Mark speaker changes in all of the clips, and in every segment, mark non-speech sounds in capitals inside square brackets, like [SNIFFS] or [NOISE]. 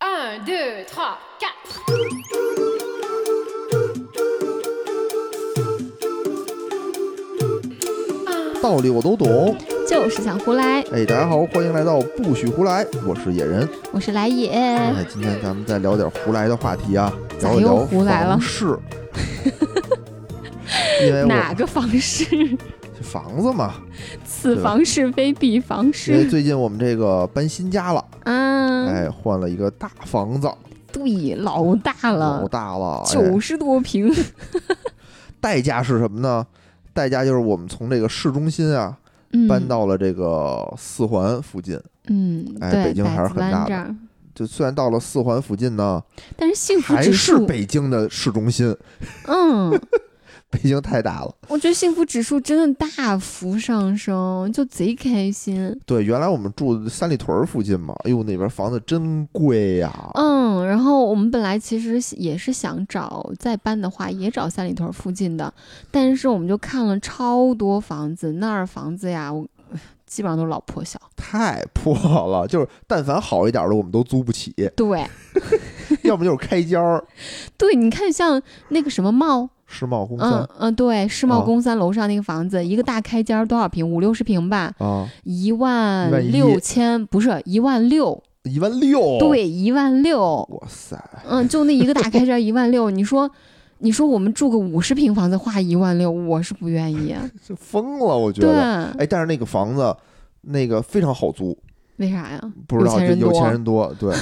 Speaker 1: 1, 2, 3, 4. Ah,
Speaker 2: 道理我都懂。
Speaker 3: 就是想胡来，
Speaker 2: 哎，大家好，欢迎来到不许胡来，我是野人。
Speaker 3: 我是来也。
Speaker 2: 哎，今天咱们再聊点胡来的话题啊，
Speaker 3: 咋
Speaker 2: 聊一
Speaker 3: 又
Speaker 2: 聊
Speaker 3: 胡来了
Speaker 2: 房
Speaker 3: [LAUGHS]
Speaker 2: 市。因为
Speaker 3: 哪
Speaker 2: 我
Speaker 3: 个房市？
Speaker 2: 房子嘛，
Speaker 3: 此房是非彼房
Speaker 2: 因为
Speaker 3: 市。
Speaker 2: 最近我们这个搬新家了，
Speaker 3: 啊，
Speaker 2: 哎，换了一个大房子，
Speaker 3: 对，老大
Speaker 2: 老
Speaker 3: 了，
Speaker 2: 大了，哎
Speaker 3: 九十多平。
Speaker 2: 代价是什么呢？代价就是我们从这个市中心啊
Speaker 3: 嗯
Speaker 2: 搬到了这个四环附近，
Speaker 3: 嗯，
Speaker 2: 哎
Speaker 3: 对，
Speaker 2: 北京还是
Speaker 3: 百子
Speaker 2: 很大
Speaker 3: 湾
Speaker 2: 的
Speaker 3: 这儿，
Speaker 2: 就虽然到了四环附近呢，
Speaker 3: 但是幸福
Speaker 2: 还
Speaker 3: 指
Speaker 2: 是
Speaker 3: 数，
Speaker 2: 北京的市中心，
Speaker 3: 嗯，
Speaker 2: 北京太大了。
Speaker 3: 我觉得幸福指数真的大幅上升，就贼开心。
Speaker 2: 对，原来我们住三里屯儿附近嘛，哎呦，那边房子真贵呀、
Speaker 3: 嗯，然后我们本来其实也是想找再搬的话，也找三里屯附近的，但是我们就看了超多房子，那儿房子呀，我 [LAUGHS] 基本上都是老破小。
Speaker 2: 太破了。就是但凡好一点的，我们都租不起，
Speaker 3: 对
Speaker 2: 要么就是开间儿。
Speaker 3: 对，你看像那个什么茂，
Speaker 2: 世贸公司
Speaker 3: 嗯嗯，对，世贸
Speaker 2: 啊
Speaker 3: 宫三楼上那个房子，一个大开间儿多少平？五六十平吧，
Speaker 2: 啊，
Speaker 3: 一万
Speaker 2: 万一哦
Speaker 3: 六千，不是一万六，
Speaker 2: 一万六。，
Speaker 3: 对，一万六。
Speaker 2: 哇塞，
Speaker 3: 嗯，就那一个大开间一万六，你说，你说我们住个五十平房子花一万六，我是不
Speaker 2: [LAUGHS]
Speaker 3: 愿意。
Speaker 2: 这疯了，我觉
Speaker 3: 对，啊
Speaker 2: 得。哎，但是那个房子。那个非常好租，
Speaker 3: 为啥呀？
Speaker 2: 不知道
Speaker 3: 有钱人
Speaker 2: 就有
Speaker 3: 多
Speaker 2: 钱人多，
Speaker 3: [LAUGHS]
Speaker 2: 对，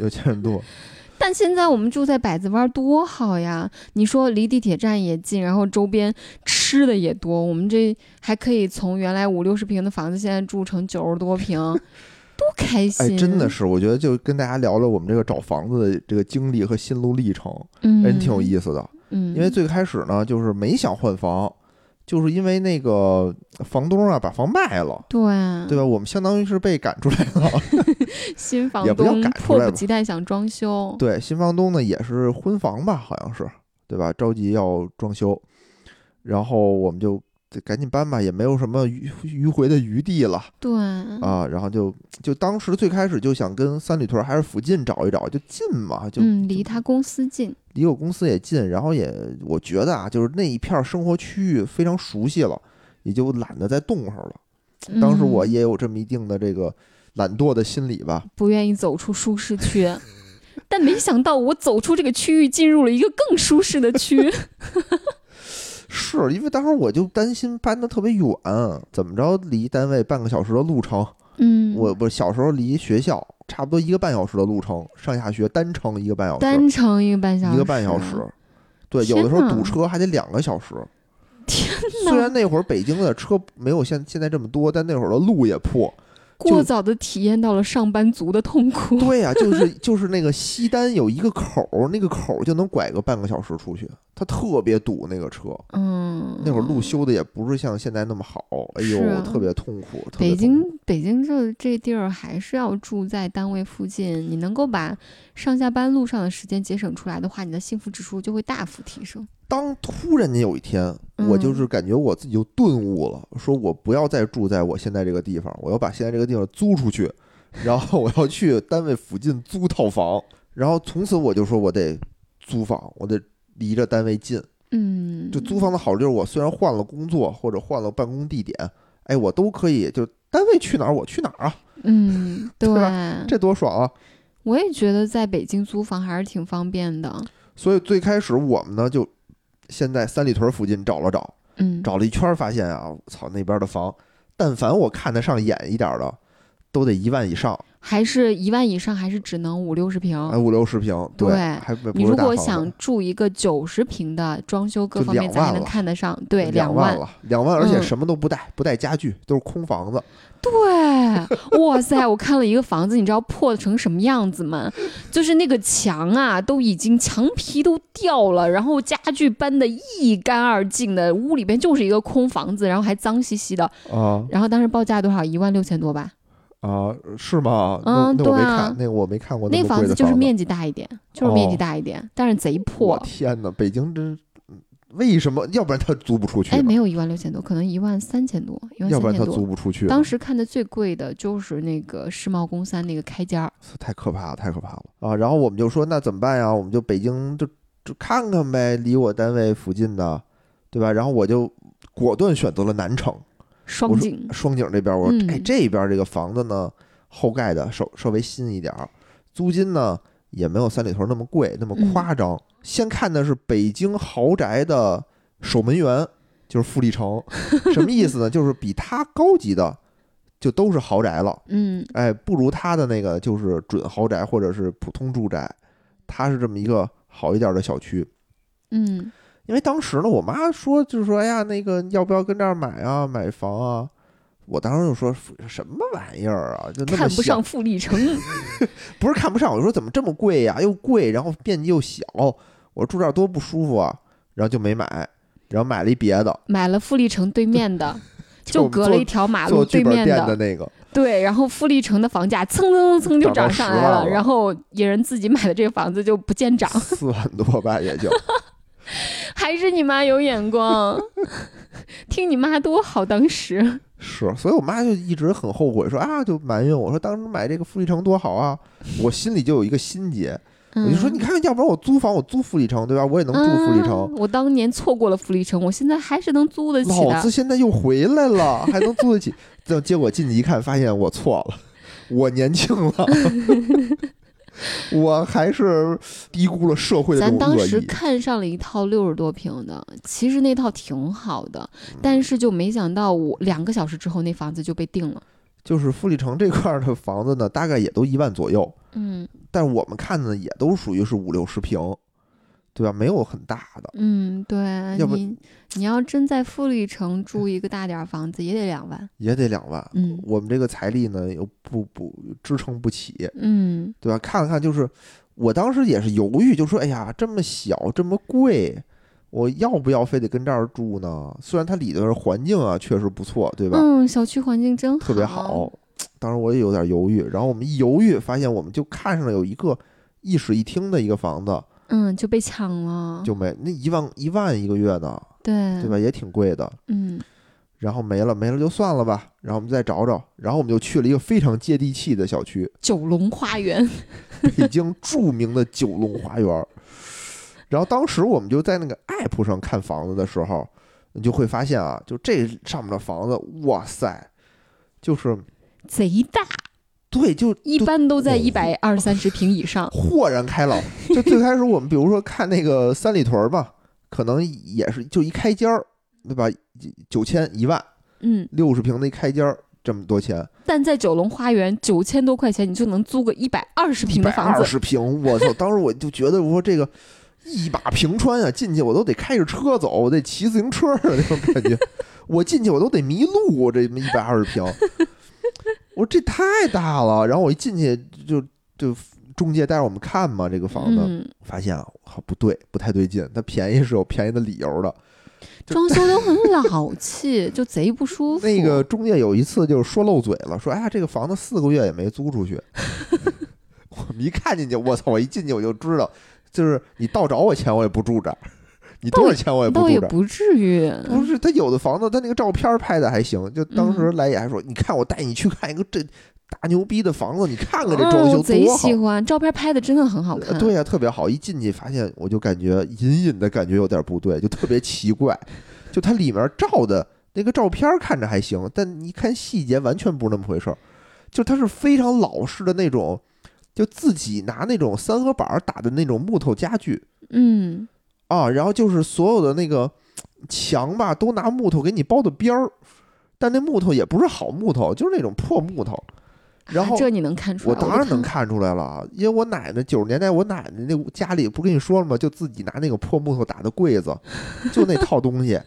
Speaker 2: 有钱人多，
Speaker 3: 但现在我们住在百子湾多好呀！你说离地铁站也近，然后周边吃的也多，我们这还可以从原来五六十平的房子，现在住成九十
Speaker 2: [LAUGHS]
Speaker 3: 多平，多开
Speaker 2: 哎，
Speaker 3: 心！
Speaker 2: 真的，是，我觉得就跟大家聊聊我们这个找房子的这个经历和心路历程，哎
Speaker 3: 嗯，
Speaker 2: 人挺有意思的。
Speaker 3: 嗯，
Speaker 2: 因为最开始呢，就是没想换房，就是因为那个房东啊把房卖了，
Speaker 3: 对啊
Speaker 2: 对吧？我们相当于是被赶出来
Speaker 3: [LAUGHS]
Speaker 2: 了。
Speaker 3: 新房
Speaker 2: 也不要
Speaker 3: 东
Speaker 2: 赶出
Speaker 3: 迫
Speaker 2: 来
Speaker 3: 不
Speaker 2: 吧
Speaker 3: 及待想装修，
Speaker 2: 对，新房东呢也是婚房吧，好像是，对吧？着急要装修，然后我们就赶紧搬吧，也没有什么迂迂回的余地了
Speaker 3: 对
Speaker 2: 啊。然后就就当时最开始就想跟三里屯还是附近找一找，就近嘛，就
Speaker 3: 嗯，离他公司近，
Speaker 2: 离我公司也近，然后也我觉得啊，就是那一片儿生活区域非常熟悉了，也就懒得再动弹了。当时我
Speaker 3: 嗯
Speaker 2: 也有这么一定的这个懒惰的心理吧，
Speaker 3: 不愿意走出舒适
Speaker 2: [LAUGHS]
Speaker 3: 区，但没想到我走出这个区域，进入了一个更舒适的
Speaker 2: [LAUGHS]
Speaker 3: 区。
Speaker 2: 是因为当时我就担心搬得特别远，怎么着离单位半个小时的路程，
Speaker 3: 嗯，
Speaker 2: 我我小时候离学校差不多一个半小时的路程，上下学单程一个半小时，
Speaker 3: 单程一个半小时，啊
Speaker 2: 一个半小时，，对，有的时候
Speaker 3: 天哪
Speaker 2: 堵车还得两个小时。
Speaker 3: 天
Speaker 2: 虽然那会儿北京的车没有现现在这么多，但那会儿的路也破。
Speaker 3: 过早的体验到了上班族的痛苦。
Speaker 2: 对呀、就是就是那个西单有一个口儿，那个口儿就能拐个半个小时出去，它特别堵那个车。
Speaker 3: 嗯，
Speaker 2: 那会儿路修的也不是像现在那么好，哎呦，
Speaker 3: 是啊
Speaker 2: 特别痛苦。特别痛
Speaker 3: 北
Speaker 2: 苦
Speaker 3: 京，北京这这地儿还是要住在单位附近，你能够把上下班路上的时间节省出来的话，你的幸福指数就会大幅提升。
Speaker 2: 当突然间有一天，我
Speaker 3: 嗯
Speaker 2: 就是感觉我自己就顿悟了，说我不要再住在我现在这个地方，我要把现在这个地方租出去，然后我要去单位附近租套房，然后从此我就说我得租房，我得离着单位近。
Speaker 3: 嗯，
Speaker 2: 就租房的好就是，我虽然换了工作或者换了办公地点，哎，我都可以，就单位去哪儿我去哪儿啊， [LAUGHS]
Speaker 3: 嗯，对，
Speaker 2: 这多爽啊！
Speaker 3: 我也觉得在北京租房还是挺方便的。
Speaker 2: 所以最开始我们呢就先在三里屯附近找了找，
Speaker 3: 嗯，
Speaker 2: 找了一圈儿发现啊，我操那边的房，但凡我看得上眼一点儿的，都得一万以上，
Speaker 3: 还是一万以上，还是只能五六十平。
Speaker 2: 哎五六十平，
Speaker 3: 嗯对
Speaker 2: 还不
Speaker 3: 你
Speaker 2: 不
Speaker 3: 如
Speaker 2: 是大
Speaker 3: 果
Speaker 2: 房子
Speaker 3: 想住一个九十平的，装修各
Speaker 2: 就
Speaker 3: 方面
Speaker 2: 两
Speaker 3: 咱还
Speaker 2: 万
Speaker 3: 能
Speaker 2: 了
Speaker 3: 看得上，对，
Speaker 2: 两
Speaker 3: 万。
Speaker 2: 了，两万，而且
Speaker 3: 嗯
Speaker 2: 什么都不带，不带家具，都是空房子，
Speaker 3: 对，哇塞！我看了一个房子，你知道破成什么样子吗？就是那个墙啊，都已经墙皮都掉了，然后家具搬的一干二净的，屋里边就是一个空房子，然后还脏兮兮的。
Speaker 2: 啊
Speaker 3: 然后当时报价多少？一万六千多吧。
Speaker 2: 啊，是吗？
Speaker 3: 嗯
Speaker 2: 那那我没
Speaker 3: 对啊
Speaker 2: 看，那个我没看过
Speaker 3: 那
Speaker 2: 么贵
Speaker 3: 子
Speaker 2: 的
Speaker 3: 就
Speaker 2: 房
Speaker 3: 是
Speaker 2: 子
Speaker 3: 面积大一点，就是面积
Speaker 2: 哦
Speaker 3: 大一点，但是贼
Speaker 2: 我
Speaker 3: 破。
Speaker 2: 天哪，北京真嗯为什么？要不然他租不出去
Speaker 3: 哎，
Speaker 2: 呢，
Speaker 3: 没有一万六千多，可能一万三千多，一万
Speaker 2: 要
Speaker 3: 三
Speaker 2: 不啊然他
Speaker 3: 千多
Speaker 2: 租。不出去呢，
Speaker 3: 当时看的最贵的就是那个世贸宫三那个开间儿，
Speaker 2: 太可怕了，太可怕了啊！然后我们就说，那怎么办呀？我们就北京就就看看呗，离我单位附近的，对吧？然后我就果断选择了南城
Speaker 3: 双井，
Speaker 2: 双井这边。我说，
Speaker 3: 嗯
Speaker 2: 哎，这边这个房子呢，后盖的稍稍微新一点儿，租金呢也没有三里屯那么贵，那么夸张。先看的是北京豪宅的守门员，就是富力城，什么意思呢？就是比它高级的就都是豪宅了。
Speaker 3: 嗯，
Speaker 2: 哎，不如他的那个就是准豪宅或者是普通住宅，它是这么一个好一点的小区。
Speaker 3: 嗯，
Speaker 2: 因为当时呢，我妈说就是说，哎呀，那个要不要跟这儿买啊，买房啊？我当时就说什么玩意儿啊，就那么
Speaker 3: 看不
Speaker 2: 小
Speaker 3: 上，富力城，
Speaker 2: 不是看不上，我说怎么这么贵呀、又贵，然后面积又小，我住这儿多不舒服啊，然后就没买，然后买了一别的，
Speaker 3: 买了富力城对面的，
Speaker 2: 就
Speaker 3: 就隔了一条马
Speaker 2: 做
Speaker 3: 路
Speaker 2: 剧
Speaker 3: 对
Speaker 2: 本
Speaker 3: 面
Speaker 2: 店
Speaker 3: 的，
Speaker 2: 那个，
Speaker 3: 对，然后富力城的房价蹭蹭蹭就
Speaker 2: 涨到
Speaker 3: 涨上
Speaker 2: 10
Speaker 3: 来
Speaker 2: 万
Speaker 3: 了，
Speaker 2: 了
Speaker 3: 然后野人自己买的这个房子就不见
Speaker 2: [LAUGHS]
Speaker 3: 涨，
Speaker 2: 四万多吧也就。
Speaker 3: 还是你妈有眼光， [LAUGHS] 听你妈多好，当时，
Speaker 2: 是，所以我妈就一直很后悔，说啊，就埋怨我说当时买这个富力城多好啊，我心里就有一个心结，我就说
Speaker 3: 嗯
Speaker 2: 你看，要不然我租房我租富力城对吧？我也能住富力城
Speaker 3: 啊，我当年错过了富力城，我现在还是能租得起
Speaker 2: 老
Speaker 3: 嗯的
Speaker 2: 子。现在又回来了，还能租得起。 [LAUGHS] 结结果进去一看，发现我错了，我年轻了，
Speaker 3: [LAUGHS]
Speaker 2: 我还是低估了社会的这
Speaker 3: 咱
Speaker 2: 种
Speaker 3: 当
Speaker 2: 恶
Speaker 3: 时
Speaker 2: 意。
Speaker 3: 看上了一套六十多平的，其实那套挺好的，
Speaker 2: 嗯
Speaker 3: 但是就没想到我两个小时之后那房子就被定了。
Speaker 2: 就是富力城这块儿的房子呢，大概也都一万左右，
Speaker 3: 嗯
Speaker 2: 但是我们看的也都属于是五六十平，对吧？没有很大的。
Speaker 3: 嗯，对
Speaker 2: 要不
Speaker 3: 你你要真在富力城住一个大点儿房子也得两万。
Speaker 2: 也得两万。
Speaker 3: 嗯
Speaker 2: 我们这个财力呢又不不支撑不起，
Speaker 3: 嗯
Speaker 2: 对吧？看了看，就是我当时也是犹豫，就说：“哎呀，这么小，这么贵，我要不要非得跟这儿住呢？”虽然它里头的环境啊确实不错，对吧？
Speaker 3: 嗯，小区环境真好，
Speaker 2: 特别好。当时我也有点犹豫，然后我们一犹豫，发现我们就看上了有一个一室一厅的一个房子，
Speaker 3: 嗯，就被抢了，
Speaker 2: 就没那一万一万一个月呢，
Speaker 3: 对
Speaker 2: 对吧？？也挺贵的。
Speaker 3: 嗯
Speaker 2: 然后没了，没了就算了吧。然后我们再找找，然后我们就去了一个非常接地气的小区，
Speaker 3: 九龙花园，
Speaker 2: 北京著名的九龙花园儿。然后当时我们就在那个 app 上看房子的时候，你就会发现啊，就这上面的房子，哇塞，就是
Speaker 3: 贼大，
Speaker 2: 对，就
Speaker 3: 一
Speaker 2: 就
Speaker 3: 般都在
Speaker 2: 哦
Speaker 3: 一百二三十平以上。
Speaker 2: 豁然开
Speaker 3: [LAUGHS]
Speaker 2: 朗。就最开始我们比如说看那个三里屯儿吧，可能也是就一开间儿，对吧？九千一万
Speaker 3: 嗯，
Speaker 2: 六十平的一开间儿，这么多钱，
Speaker 3: 但在九龙花园九千多块钱，你就能租个一百二十平的房
Speaker 2: 二
Speaker 3: 子。
Speaker 2: 十平，我操！当时我就觉得，我说这个一把平川啊，进去我都得开着车走，我得骑自行车的那种感觉，我进去我都得迷路，我这一百二十平，我说这太大了。然后我一进去就就中介带着我们看嘛，这个房子，
Speaker 3: 嗯，
Speaker 2: 发现啊，我靠，不对，不太对劲，它便宜是有便宜的理由的。就
Speaker 3: 装修都很老气，就贼不舒服。
Speaker 2: 那个中介有一次就是说漏嘴了，说哎呀，这个房子四个月也没租出
Speaker 3: [LAUGHS]
Speaker 2: 去。我们一看进去，我操！我一进去我就知道，就是你倒找我钱，我也不住这儿；你多少钱我也不
Speaker 3: 倒
Speaker 2: 住
Speaker 3: 也
Speaker 2: 这儿。
Speaker 3: 不至于，
Speaker 2: 不是，他有的房子，他那个照片拍的还行。就当时来也还
Speaker 3: 嗯
Speaker 2: 说，你看我带你去看一个这大牛逼的房子，你看看这装
Speaker 3: 嗯
Speaker 2: 修
Speaker 3: 我贼
Speaker 2: 多好
Speaker 3: 喜。欢，照片拍的真的很好
Speaker 2: 呃
Speaker 3: 看。
Speaker 2: 对呀、特别好。一进去发现，我就感觉隐隐的感觉有点不对，就特别奇怪。就它里面照的那个照片看着还行，但你一看细节完全不是那么回事儿。就它是非常老式的那种，就自己拿那种三合板儿打的那种木头家具
Speaker 3: 嗯，
Speaker 2: 啊，然后就是所有的那个墙吧，都拿木头给你包的边儿，但那木头也不是好木头，就是那种破木头。然后
Speaker 3: 啊这你能看出来？
Speaker 2: 我
Speaker 3: 我
Speaker 2: 当然
Speaker 3: 都
Speaker 2: 能
Speaker 3: 看。
Speaker 2: 看出来了，啊因为我奶奶九十年代，我奶奶那屋家里不跟你说了吗？就自己拿那个破木头打的柜
Speaker 3: [LAUGHS]
Speaker 2: 子，就那套东西，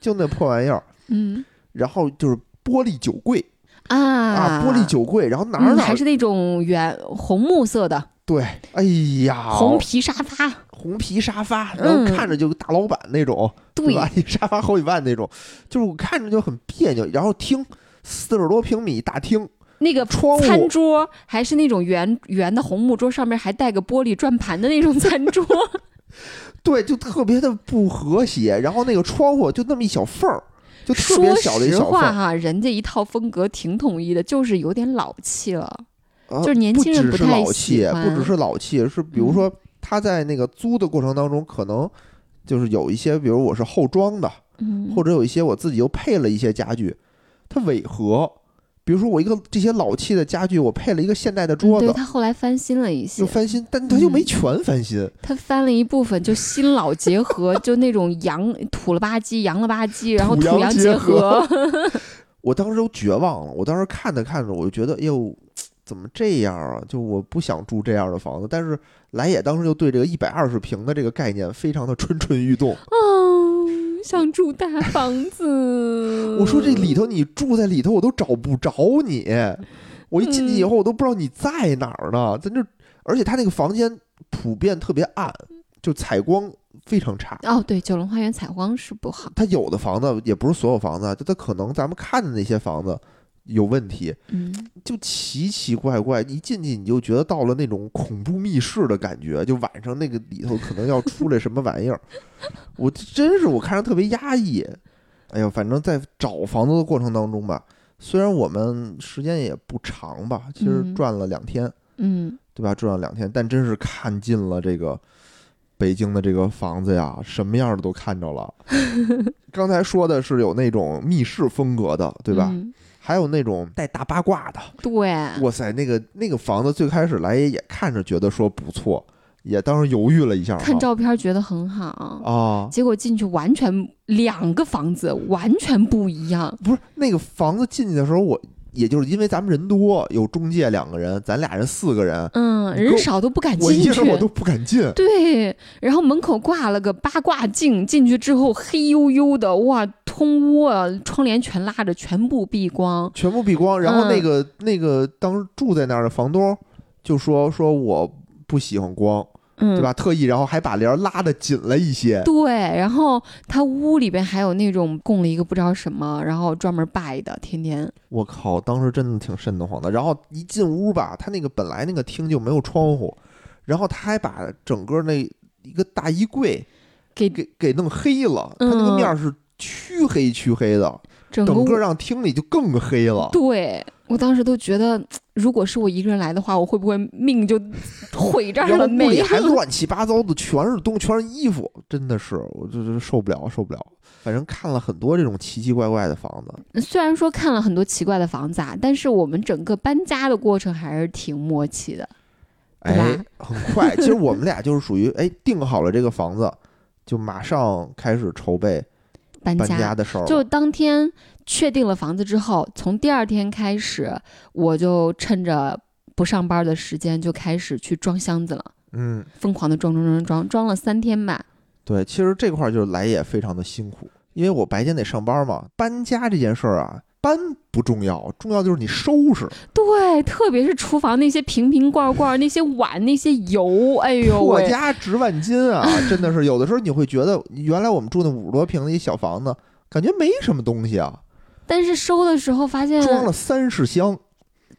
Speaker 2: 就那破玩意儿，
Speaker 3: 嗯
Speaker 2: 然后就是玻璃酒柜
Speaker 3: 啊
Speaker 2: 啊，玻璃酒柜，然后哪儿
Speaker 3: 嗯
Speaker 2: 哪
Speaker 3: 还
Speaker 2: 儿
Speaker 3: 是那种原红木色的
Speaker 2: 对，哎呀，
Speaker 3: 红皮沙发，
Speaker 2: 红皮沙发，然后
Speaker 3: 嗯
Speaker 2: 看着就大老板那种，对
Speaker 3: 对，
Speaker 2: 吧？你沙发好几万那种，就是我看着就很别扭，然后厅四十多平米大厅，
Speaker 3: 那个
Speaker 2: 窗户
Speaker 3: 呃餐桌还是那种圆圆的红木桌，上面还带个玻璃转盘的那种餐桌，
Speaker 2: 对，就特别的不和谐。然后那个窗户就那么一小缝儿， [LAUGHS] 就特别
Speaker 3: 说
Speaker 2: 小的一
Speaker 3: 实
Speaker 2: 小缝
Speaker 3: 话
Speaker 2: 儿。
Speaker 3: 哈，人家一套风格挺统一的，就是有点老气了，
Speaker 2: 啊
Speaker 3: 就是年
Speaker 2: 不
Speaker 3: 轻人
Speaker 2: 只是
Speaker 3: 太
Speaker 2: 老
Speaker 3: 喜
Speaker 2: 气，
Speaker 3: 欢。
Speaker 2: 不只是老气，是比如
Speaker 3: 嗯
Speaker 2: 说他在那个租的过程当中，可能就是有一些，比如我是后装的，
Speaker 3: 嗯，
Speaker 2: 或者有一些我自己又配了一些家具，它违和。比如说我一个这些老气的家具，我配了一个现代的桌
Speaker 3: 嗯对
Speaker 2: 子，
Speaker 3: 他后来翻新了一些
Speaker 2: 又，翻新，但它又没
Speaker 3: 嗯
Speaker 2: 全翻新。
Speaker 3: 他翻了一部分，就新老结合，就那种洋土了吧唧、洋了吧唧，然后
Speaker 2: 土
Speaker 3: 土
Speaker 2: 洋
Speaker 3: 洋
Speaker 2: 结
Speaker 3: 结
Speaker 2: 合
Speaker 3: 合。
Speaker 2: 我当时都绝望了，我当时看着看着，我就觉得，哎呦，怎么这样啊？就我不想住这样的房子。但是来也当时就对这个一百二十平的这个概念非常的蠢蠢欲动。
Speaker 3: 嗯，想住大房子。
Speaker 2: 我说这里头你住在里头，我都找不着你。我一进去以后，我都不知道你在哪儿呢。咱这，而且他那个房间普遍特别暗，就采光非常差。
Speaker 3: 哦，对，九龙花园采光是不好。
Speaker 2: 它有的房子也不是所有房子啊，就它可能咱们看的那些房子有问题，
Speaker 3: 嗯，
Speaker 2: 就奇奇怪怪。一进去你就觉得到了那种恐怖密室的感觉，就晚上那个里头可能要出来什么玩意儿。 [LAUGHS] 我真是我看着特别压抑。哎呀，反正在找房子的过程当中吧，虽然我们时间也不长吧，其实
Speaker 3: 嗯
Speaker 2: 转了两天，
Speaker 3: 嗯，
Speaker 2: 对吧？转了两天，但真是看尽了这个北京的这个房子呀，什么样的都看着了。刚才说的是有那种密室风格的，对吧？
Speaker 3: 嗯
Speaker 2: 还有那种带大八卦的，
Speaker 3: 对，
Speaker 2: 哇塞，那个那个房子最开始来也也看着觉得说不错，也当时犹豫了一下啊，
Speaker 3: 看照片觉得很好。
Speaker 2: 啊，
Speaker 3: 结果进去完全两个房子完全不一样，
Speaker 2: 不是那个房子进去的时候我。也就是因为咱们人多，有中介两个人，咱俩人四个人，
Speaker 3: 嗯，
Speaker 2: 你
Speaker 3: 人
Speaker 2: 够
Speaker 3: 少都不敢
Speaker 2: 我一
Speaker 3: 进
Speaker 2: 人我
Speaker 3: 去。
Speaker 2: 都不敢进。
Speaker 3: 对，然后门口挂了个八卦镜，进去之后黑黝黝的，哇，通屋啊，窗帘全拉着，全部避光。
Speaker 2: 全部避光。然后
Speaker 3: 嗯
Speaker 2: 那个、那个当时住在那儿的房东就说说我不喜欢光，
Speaker 3: 嗯，
Speaker 2: 对吧？特意然后还把帘儿拉的紧了一些。
Speaker 3: 对，然后他屋里边还有那种供了一个不知道什么，然后专门拜的，天天。
Speaker 2: 我靠，当时真的挺瘆得慌的。然后一进屋吧，他那个本来那个厅就没有窗户，然后他还把整个那一个大衣柜
Speaker 3: 给
Speaker 2: 给给弄黑了，他那
Speaker 3: 嗯
Speaker 2: 个面儿是。黢黑黢黑的，
Speaker 3: 整个
Speaker 2: 整
Speaker 3: 屋
Speaker 2: 个让厅里就更黑了。
Speaker 3: 对我当时都觉得，如果是我一个人来的话，我会不会命就
Speaker 2: [LAUGHS]
Speaker 3: 毁这儿
Speaker 2: 然后
Speaker 3: 了？
Speaker 2: 屋
Speaker 3: 没
Speaker 2: 里
Speaker 3: 了
Speaker 2: 还乱七八糟的，全是东，全是衣服，真的是，我就是受不了，受不了。反正看了很多这种奇奇怪怪的房子，
Speaker 3: 虽然说看了很多奇怪的房子啊，但是我们整个搬家的过程还是挺默契的。对
Speaker 2: 哎
Speaker 3: 吧，
Speaker 2: 很快。其实我们俩就是属于，哎，定好了这个房子，就马上开始筹备
Speaker 3: 搬
Speaker 2: 搬家的事儿了。
Speaker 3: 就当天确定了房子之后，从第二天开始，我就趁着不上班的时间就开始去装箱子了，
Speaker 2: 嗯，
Speaker 3: 疯狂的装装装装，装了三天吧。
Speaker 2: 对，其实这块儿就是来也非常的辛苦，因为我白天得上班嘛。搬家这件事儿啊，搬不重要，重要就是你收拾。
Speaker 3: 对，特别是厨房那些瓶瓶罐罐、那些碗、那些油，哎呦
Speaker 2: 破
Speaker 3: 喂！
Speaker 2: 家值万金
Speaker 3: [LAUGHS]
Speaker 2: 啊！真的是，有的时候你会觉得，原来我们住那五十多平的一小房子，感觉没什么东西啊，
Speaker 3: 但是收的时候发现
Speaker 2: 装了三十箱，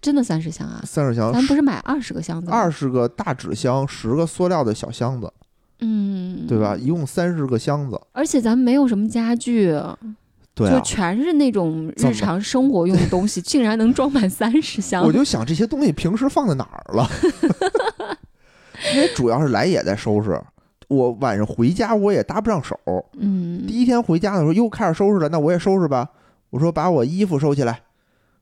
Speaker 3: 真的三十箱啊，
Speaker 2: 三十箱，
Speaker 3: 咱不是买二十个箱子吗？
Speaker 2: 二十个大纸箱，十个塑料的小箱子，
Speaker 3: 嗯，
Speaker 2: 对吧？？一共三十个箱子，
Speaker 3: 而且咱们没有什么家具，
Speaker 2: 对
Speaker 3: 就
Speaker 2: 啊。
Speaker 3: 全是那种
Speaker 2: 怎
Speaker 3: 日
Speaker 2: 么
Speaker 3: 常生活用的
Speaker 2: [LAUGHS]
Speaker 3: 东西，竟然能装满三十箱
Speaker 2: 我。就想这些东西平时放在哪儿
Speaker 3: [LAUGHS]
Speaker 2: 了？因为主要是来也在收拾，我晚上回家我也搭不上手。
Speaker 3: 嗯
Speaker 2: 第，一天回家的时候又开始收拾了，那我也收拾吧。我说把我衣服收起来，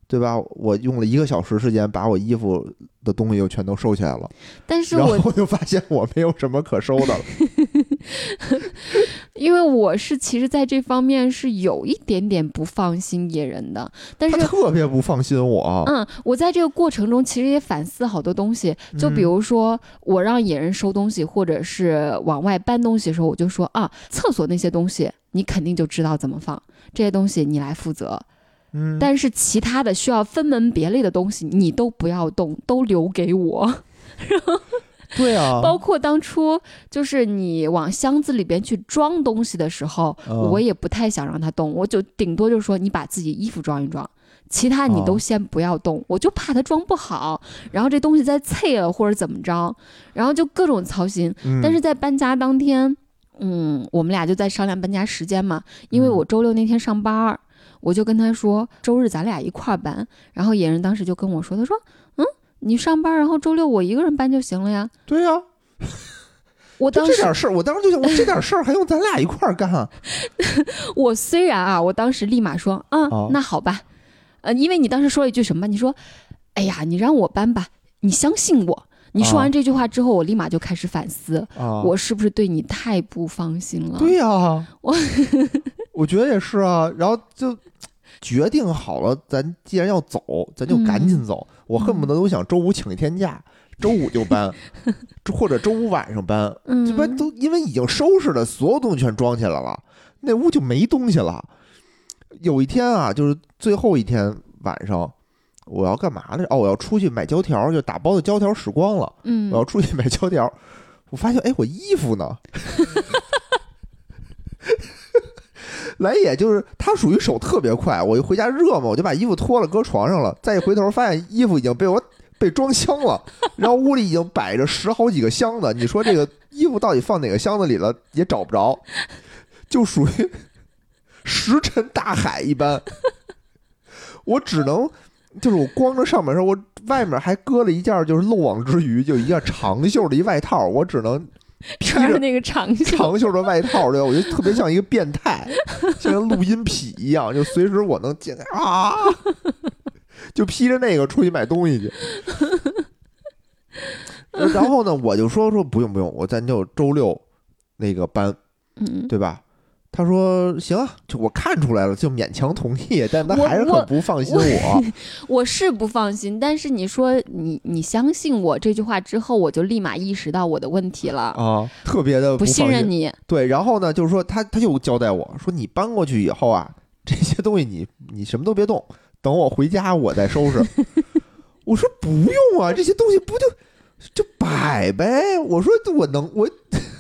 Speaker 2: 对吧？我用了一个小时时间把我衣服的东西又全都收起来了，
Speaker 3: 但是
Speaker 2: 然后
Speaker 3: 我
Speaker 2: 我就发现我没有什么可收的了。
Speaker 3: 因为我是其实在这方面是有一点点不放心野人的，但
Speaker 2: 他
Speaker 3: 是。
Speaker 2: 特别不放心我，
Speaker 3: 嗯，我在这个过程中其实也反思好多东西，就
Speaker 2: 嗯
Speaker 3: 比如说我让野人收东西，或者是往外搬东西的时候，我就说啊，厕所那些东西你肯定就知道怎么放，这些东西你来负责，
Speaker 2: 嗯，
Speaker 3: 但是其他的需要分门别类的东西，你都不要动，都留给我。
Speaker 2: 对啊，
Speaker 3: 包括当初就是你往箱子里边去装东西的时候，
Speaker 2: 嗯
Speaker 3: 我也不太想让他动，我就顶多就说你把自己衣服装一装。其他你都
Speaker 2: 哦
Speaker 3: 先不要动，我就怕它装不好，然后这东西再碎了或者怎么着，然后就各种操心。
Speaker 2: 嗯
Speaker 3: 但是在搬家当天，嗯，我们俩就在商量搬家时间嘛，因为
Speaker 2: 嗯
Speaker 3: 我周六那天上班儿，我就跟他说周日咱俩一块儿搬，然后野人当时就跟我说，他说，嗯，你上班，然后周六我一个人搬就行了呀。
Speaker 2: 对呀、
Speaker 3: 我
Speaker 2: 就
Speaker 3: 当
Speaker 2: 这
Speaker 3: 时
Speaker 2: 点事儿，我当时就想，我这点事儿还用咱俩一块儿干
Speaker 3: [LAUGHS]
Speaker 2: 啊？
Speaker 3: 我虽然啊，我当时立马说，嗯，
Speaker 2: 哦
Speaker 3: 那好吧，呃，因为你当时说了一句什么？你说，哎呀，你让我搬吧，你相信我。你说完
Speaker 2: 哦
Speaker 3: 这句话之后，我立马就开始反思，
Speaker 2: 啊，
Speaker 3: 我是不是对你太不放心了？
Speaker 2: 对呀、
Speaker 3: 我
Speaker 2: [LAUGHS] 我觉得也是啊。然后就决定好了，咱既然要走，咱就赶
Speaker 3: 嗯
Speaker 2: 紧走。我恨不得都想周五请一天
Speaker 3: [LAUGHS]
Speaker 2: 假，周五就搬，或者周五晚上搬。
Speaker 3: 嗯，
Speaker 2: 这边都因为已经收拾了，所有东西全装起来了，那屋就没东西了。有一天啊，就是最后一天晚上，我要干嘛来着？哦，我要出去买胶条，就打包的胶条使光了，
Speaker 3: 嗯， [LAUGHS]
Speaker 2: 我要出去买胶条。我发现，哎，我衣服呢？ [LAUGHS] 来也就是他属于手特别快，我一回家热嘛，我就把衣服脱了搁床上了，再一回头发现衣服已经被我被装箱了，然后屋里已经摆着十好几个箱子，你说这个衣服到底放哪个箱子里了也找不着，就属于 [LAUGHS] 石沉大海一般。 [LAUGHS] 我只能就是我光着上半身，我外面还搁了一件就是漏网之鱼，就一件长袖的一外套，我只
Speaker 3: [LAUGHS]
Speaker 2: 能披
Speaker 3: 穿着
Speaker 2: 着
Speaker 3: 那个长袖，
Speaker 2: 长袖的外套，对吧？我觉得特别像一个变态， [LAUGHS] 像个录音痞一样，就随时我能进来啊， [LAUGHS] 就披着那个出去买东
Speaker 3: [LAUGHS]
Speaker 2: 西去。然后呢，我就说说不用不用，我咱就周六那个班，
Speaker 3: [LAUGHS] 嗯，
Speaker 2: 对吧？他说行啊，就我看出来了，就勉强同意，但他
Speaker 3: 我
Speaker 2: 还是
Speaker 3: 我
Speaker 2: 很不放心我。
Speaker 3: 我是不放心，但是你说你你相信我这句话之后，我就立马意识到我的问题了，
Speaker 2: 啊，特别的
Speaker 3: 不信
Speaker 2: 放
Speaker 3: 任
Speaker 2: 心。
Speaker 3: 你。
Speaker 2: 对，然后呢，就是说他他就交代我说，你搬过去以后啊， [LAUGHS] 这些东西你你什么都别动，等我回家我再收拾。 [LAUGHS] 我说不用啊，这些东西不就就摆呗。我说我能我 [LAUGHS]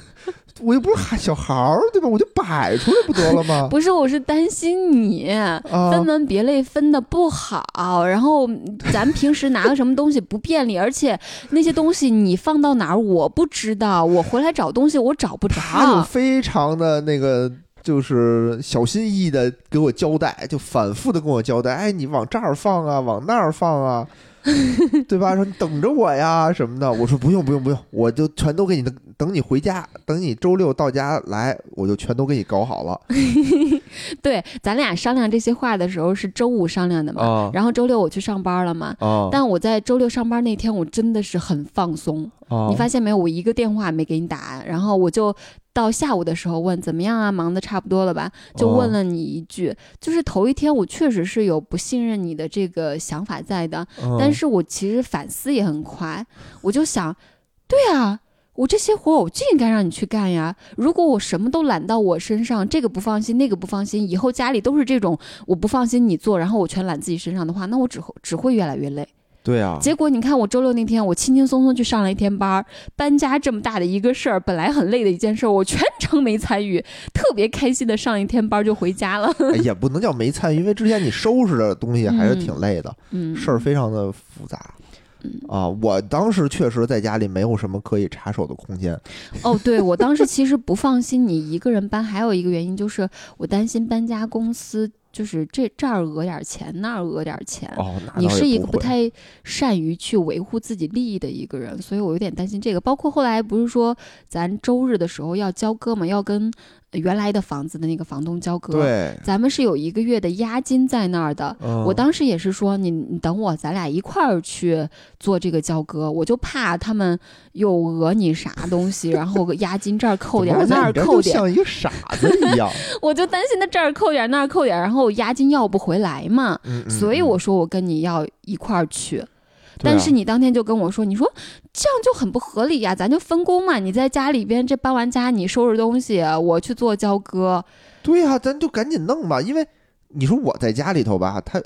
Speaker 2: 我又不是孩小孩儿对吧？我就摆出来不得了吗？
Speaker 3: 不是，我是担心你
Speaker 2: 啊，
Speaker 3: [LAUGHS] 分门别类分的不好，然后咱平时拿个什么东西不便利，而 [LAUGHS] 且那些东西你放到哪儿我不知道，我回来找东西我找不
Speaker 2: 他就
Speaker 3: 着。
Speaker 2: 非常的那个，就是小心翼翼的给我交代，就反复的跟我交代，哎，你往这儿放啊，往那儿放
Speaker 3: [LAUGHS]
Speaker 2: 啊，对吧？说你等着我呀什么的。我说不用不用不用，我就全都给你等，等你回家，等你周六到家来，我就全都给你搞好了
Speaker 3: [LAUGHS] 对，咱俩商量这些话的时候是周五商量的嘛，
Speaker 2: 啊
Speaker 3: 然后周六我去上班了嘛，
Speaker 2: 啊
Speaker 3: 但我在周六上班那天，我真的是很放松。
Speaker 2: 啊
Speaker 3: 你发现没有？我一个电话没给你打，然后我就到下午的时候问怎么样啊，忙的差不多了吧？就问了你一句，就是头一天我确实是有不信任你的这个想法在的，
Speaker 2: 嗯
Speaker 3: 但是我其实反思也很快，我就想，对啊。我这些活儿我就应该让你去干呀！如果我什么都揽到我身上，这个不放心，那个不放心，以后家里都是这种我不放心你做，然后我全揽自己身上的话，那我只会只会越来越累。
Speaker 2: 对啊，
Speaker 3: 结果你看，我周六那天我轻轻松松去上了一天班儿，搬家这么大的一个事儿，本来很累的一件事儿，我全程没参与，特别开心的上一天班儿就回家了。 [LAUGHS]
Speaker 2: 哎也不能叫没参与，因为之前你收拾的东西还是
Speaker 3: 嗯
Speaker 2: 挺累的。
Speaker 3: 嗯，
Speaker 2: 事儿非常的复杂。啊，我当时确实在家里没有什么可以插手的空间。 [LAUGHS]
Speaker 3: 哦，对我当时其实不放心你一个人搬，还有一个原因就是我担心搬家公司就是这这儿讹点儿钱，那儿讹点儿钱。
Speaker 2: 哦，那倒
Speaker 3: 你
Speaker 2: 也
Speaker 3: 是一个
Speaker 2: 不
Speaker 3: 不
Speaker 2: 会
Speaker 3: 太善于去维护自己利益的一个人，所以我有点担心这个。包括后来不是说咱周日的时候要交割嘛，要跟呃原来的房子的那个房东交割。，
Speaker 2: 对，
Speaker 3: 咱们是有一个月的押金在那儿的。
Speaker 2: 嗯
Speaker 3: 我当时也是说，你你等我，咱俩一块儿去做这个交割。我就怕他们又讹你啥东西，然后押金这儿扣点儿，
Speaker 2: 怎么
Speaker 3: 那
Speaker 2: 我在
Speaker 3: 儿
Speaker 2: 你这儿
Speaker 3: 扣
Speaker 2: 就
Speaker 3: 点儿，
Speaker 2: 像一个傻子一
Speaker 3: [LAUGHS]
Speaker 2: 样。
Speaker 3: 我就担心他这儿扣点儿，那儿扣点儿，然后押金要不回来嘛。
Speaker 2: 嗯嗯
Speaker 3: 所以我
Speaker 2: 嗯
Speaker 3: 说我跟你要一块儿去，
Speaker 2: 对
Speaker 3: 但
Speaker 2: 啊
Speaker 3: 是你当天就跟我说，你说这样就很不合理呀、咱就分工嘛。你在家里边这搬完家，你收拾东西，我去做交割。
Speaker 2: 对呀、咱就赶紧弄吧，因为你说我在家里头吧，他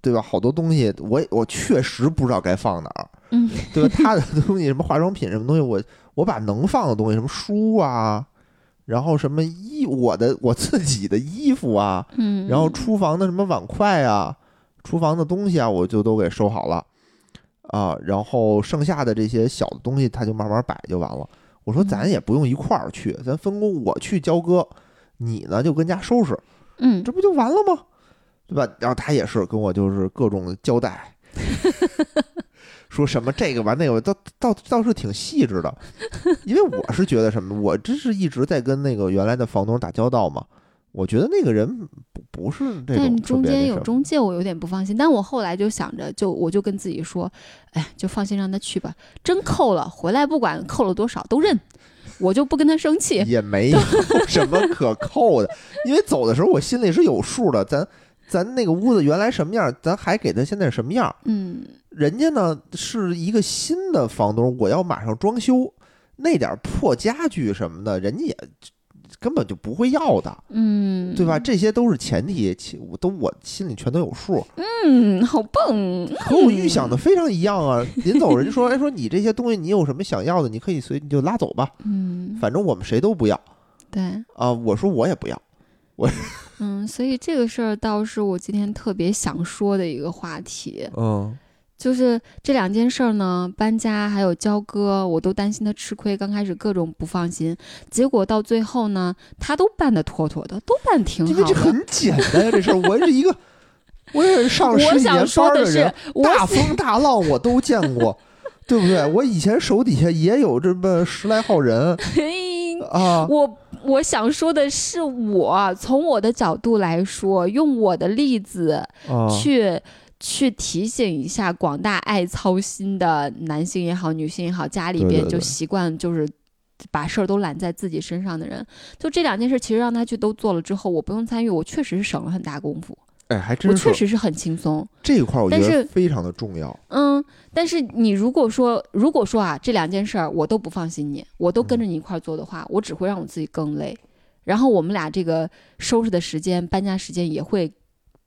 Speaker 2: 对吧，好多东西我我确实不知道该放哪儿，
Speaker 3: 嗯，
Speaker 2: [LAUGHS] 对吧？他的东西什么化妆品什么东西，我我把能放的东西，什么书啊，然后什么衣，我的我自己的衣服啊，
Speaker 3: 嗯，
Speaker 2: 然后厨房的什么碗筷啊，厨房的东西啊，我就都给收好了啊，然后剩下的这些小的东西，他就慢慢摆就完了。我说咱也不用一块儿去，咱分工，我去交割，你呢就跟家收拾，
Speaker 3: 嗯，
Speaker 2: 这不就完了吗？对吧？然后他也是跟我就是各种交代，说什么这个完那个完，倒倒倒是挺细致的。因为我是觉得什么，我这是一直在跟那个原来的房东打交道嘛。我觉得那个人不不是那种
Speaker 3: 但
Speaker 2: 特
Speaker 3: 中
Speaker 2: 别
Speaker 3: 间
Speaker 2: 那
Speaker 3: 有
Speaker 2: 什么
Speaker 3: 中介，我有点不放心。但我后来就想着，就我就跟自己说，哎，就放心让他去吧。真扣了，回来不管扣了多少都认，我就不跟他生气。
Speaker 2: 也没
Speaker 3: [LAUGHS]
Speaker 2: 有什么可扣的，因为走的时候我心里是有数的。咱咱那个屋子原来什么样，咱还给他现在什么样。
Speaker 3: 嗯，
Speaker 2: 人家呢是一个新的房东，我要马上装修，那点儿破家具什么的，人家也根本就不会要的，
Speaker 3: 嗯，
Speaker 2: 对吧？？这些都是前提，其我都我心里全都有数，
Speaker 3: 嗯，好棒。
Speaker 2: 和我预想的非常一样啊。临走人家说，哎，说你这些东西你有什么想要的，你可以随你就拉走吧，
Speaker 3: 嗯，
Speaker 2: 反正我们谁都不要
Speaker 3: 对，
Speaker 2: 啊。我说我也不要，
Speaker 3: 嗯，所以这个事儿倒是我今天特别想说的一个话题，
Speaker 2: 嗯
Speaker 3: 就是这两件事儿呢，搬家还有交割，我都担心他吃亏，刚开始各种不放心，结果到最后呢，他都办得妥妥的，都办挺
Speaker 2: 因
Speaker 3: 好
Speaker 2: 为这
Speaker 3: 的。
Speaker 2: 很简单呀，这事儿我是一个。我也是上十
Speaker 3: 我
Speaker 2: 几年
Speaker 3: 想
Speaker 2: 班
Speaker 3: 说
Speaker 2: 儿
Speaker 3: 的
Speaker 2: 人
Speaker 3: 是，，我
Speaker 2: 大风大浪我都见
Speaker 3: [LAUGHS]
Speaker 2: 过，对不对？我以前手底下也有这么十来号人
Speaker 3: 嘿
Speaker 2: 啊，
Speaker 3: 我我想说的是我从我的角度来说，用我的例子
Speaker 2: 啊
Speaker 3: 去、去提醒一下广大爱操心的男性也好，女性也好，家里
Speaker 2: 对
Speaker 3: 边
Speaker 2: 对
Speaker 3: 就
Speaker 2: 对
Speaker 3: 习惯就是。把事儿都揽在自己身上的人，就这两件事，其实让他去都做了之后，我不用参与，我确实是省了很大功夫，
Speaker 2: 哎，还
Speaker 3: 我
Speaker 2: 真
Speaker 3: 确
Speaker 2: 是
Speaker 3: 实是很轻松。
Speaker 2: 这一块，我觉
Speaker 3: 但
Speaker 2: 得
Speaker 3: 是
Speaker 2: 非常的重要。
Speaker 3: 嗯，但是你如果说，如果说啊，这两件事儿我都不放心你，我都跟着你一块儿做的话，我只会让我自己更累，然后我们俩这个收拾的时间、搬家时间也会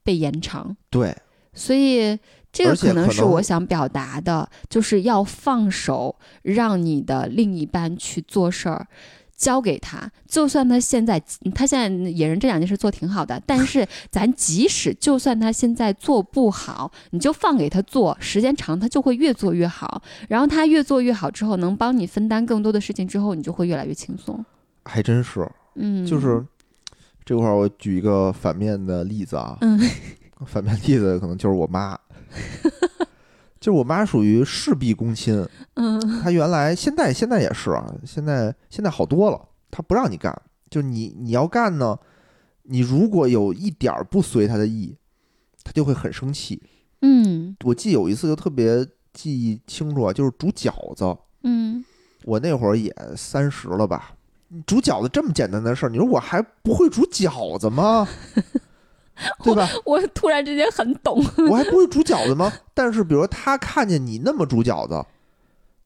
Speaker 3: 被延长，
Speaker 2: 对，
Speaker 3: 所以这
Speaker 2: 而
Speaker 3: 个
Speaker 2: 且
Speaker 3: 可能
Speaker 2: 可
Speaker 3: 是
Speaker 2: 能
Speaker 3: 我想表达的，就是要放手，让你的另一半去做事儿。交给他，就算他现在，他现在野人这两件事做挺好的，但
Speaker 2: [LAUGHS]
Speaker 3: 是咱即使就算他现在做不好，你就放给他做，时间长他就会越做越好，然后他越做越好之后，能帮你分担更多的事情之后，你就会越来越轻松。
Speaker 2: 还真是，
Speaker 3: 嗯，
Speaker 2: 就是这块儿我举一个反面的例子啊，
Speaker 3: 嗯
Speaker 2: 反面例子可能就是我
Speaker 3: [LAUGHS]
Speaker 2: 妈，就是我妈属于事必躬亲，
Speaker 3: 嗯
Speaker 2: 她原来现在现在也是啊，现在现在好多了，她不让你干，就你你要干呢，你如果有一点儿不随她的意，她就会很生气。
Speaker 3: 嗯
Speaker 2: 我记得有一次就特别记忆清楚啊，就是煮饺子，
Speaker 3: 嗯
Speaker 2: 我那会儿也三十了吧，煮饺子这么简单的事儿，你说我还不会煮饺子吗？ [LAUGHS] 对吧？
Speaker 3: 我突然之间很懂， [LAUGHS]
Speaker 2: 我还不会煮饺子吗？但是，比如说他看见你那么煮饺子，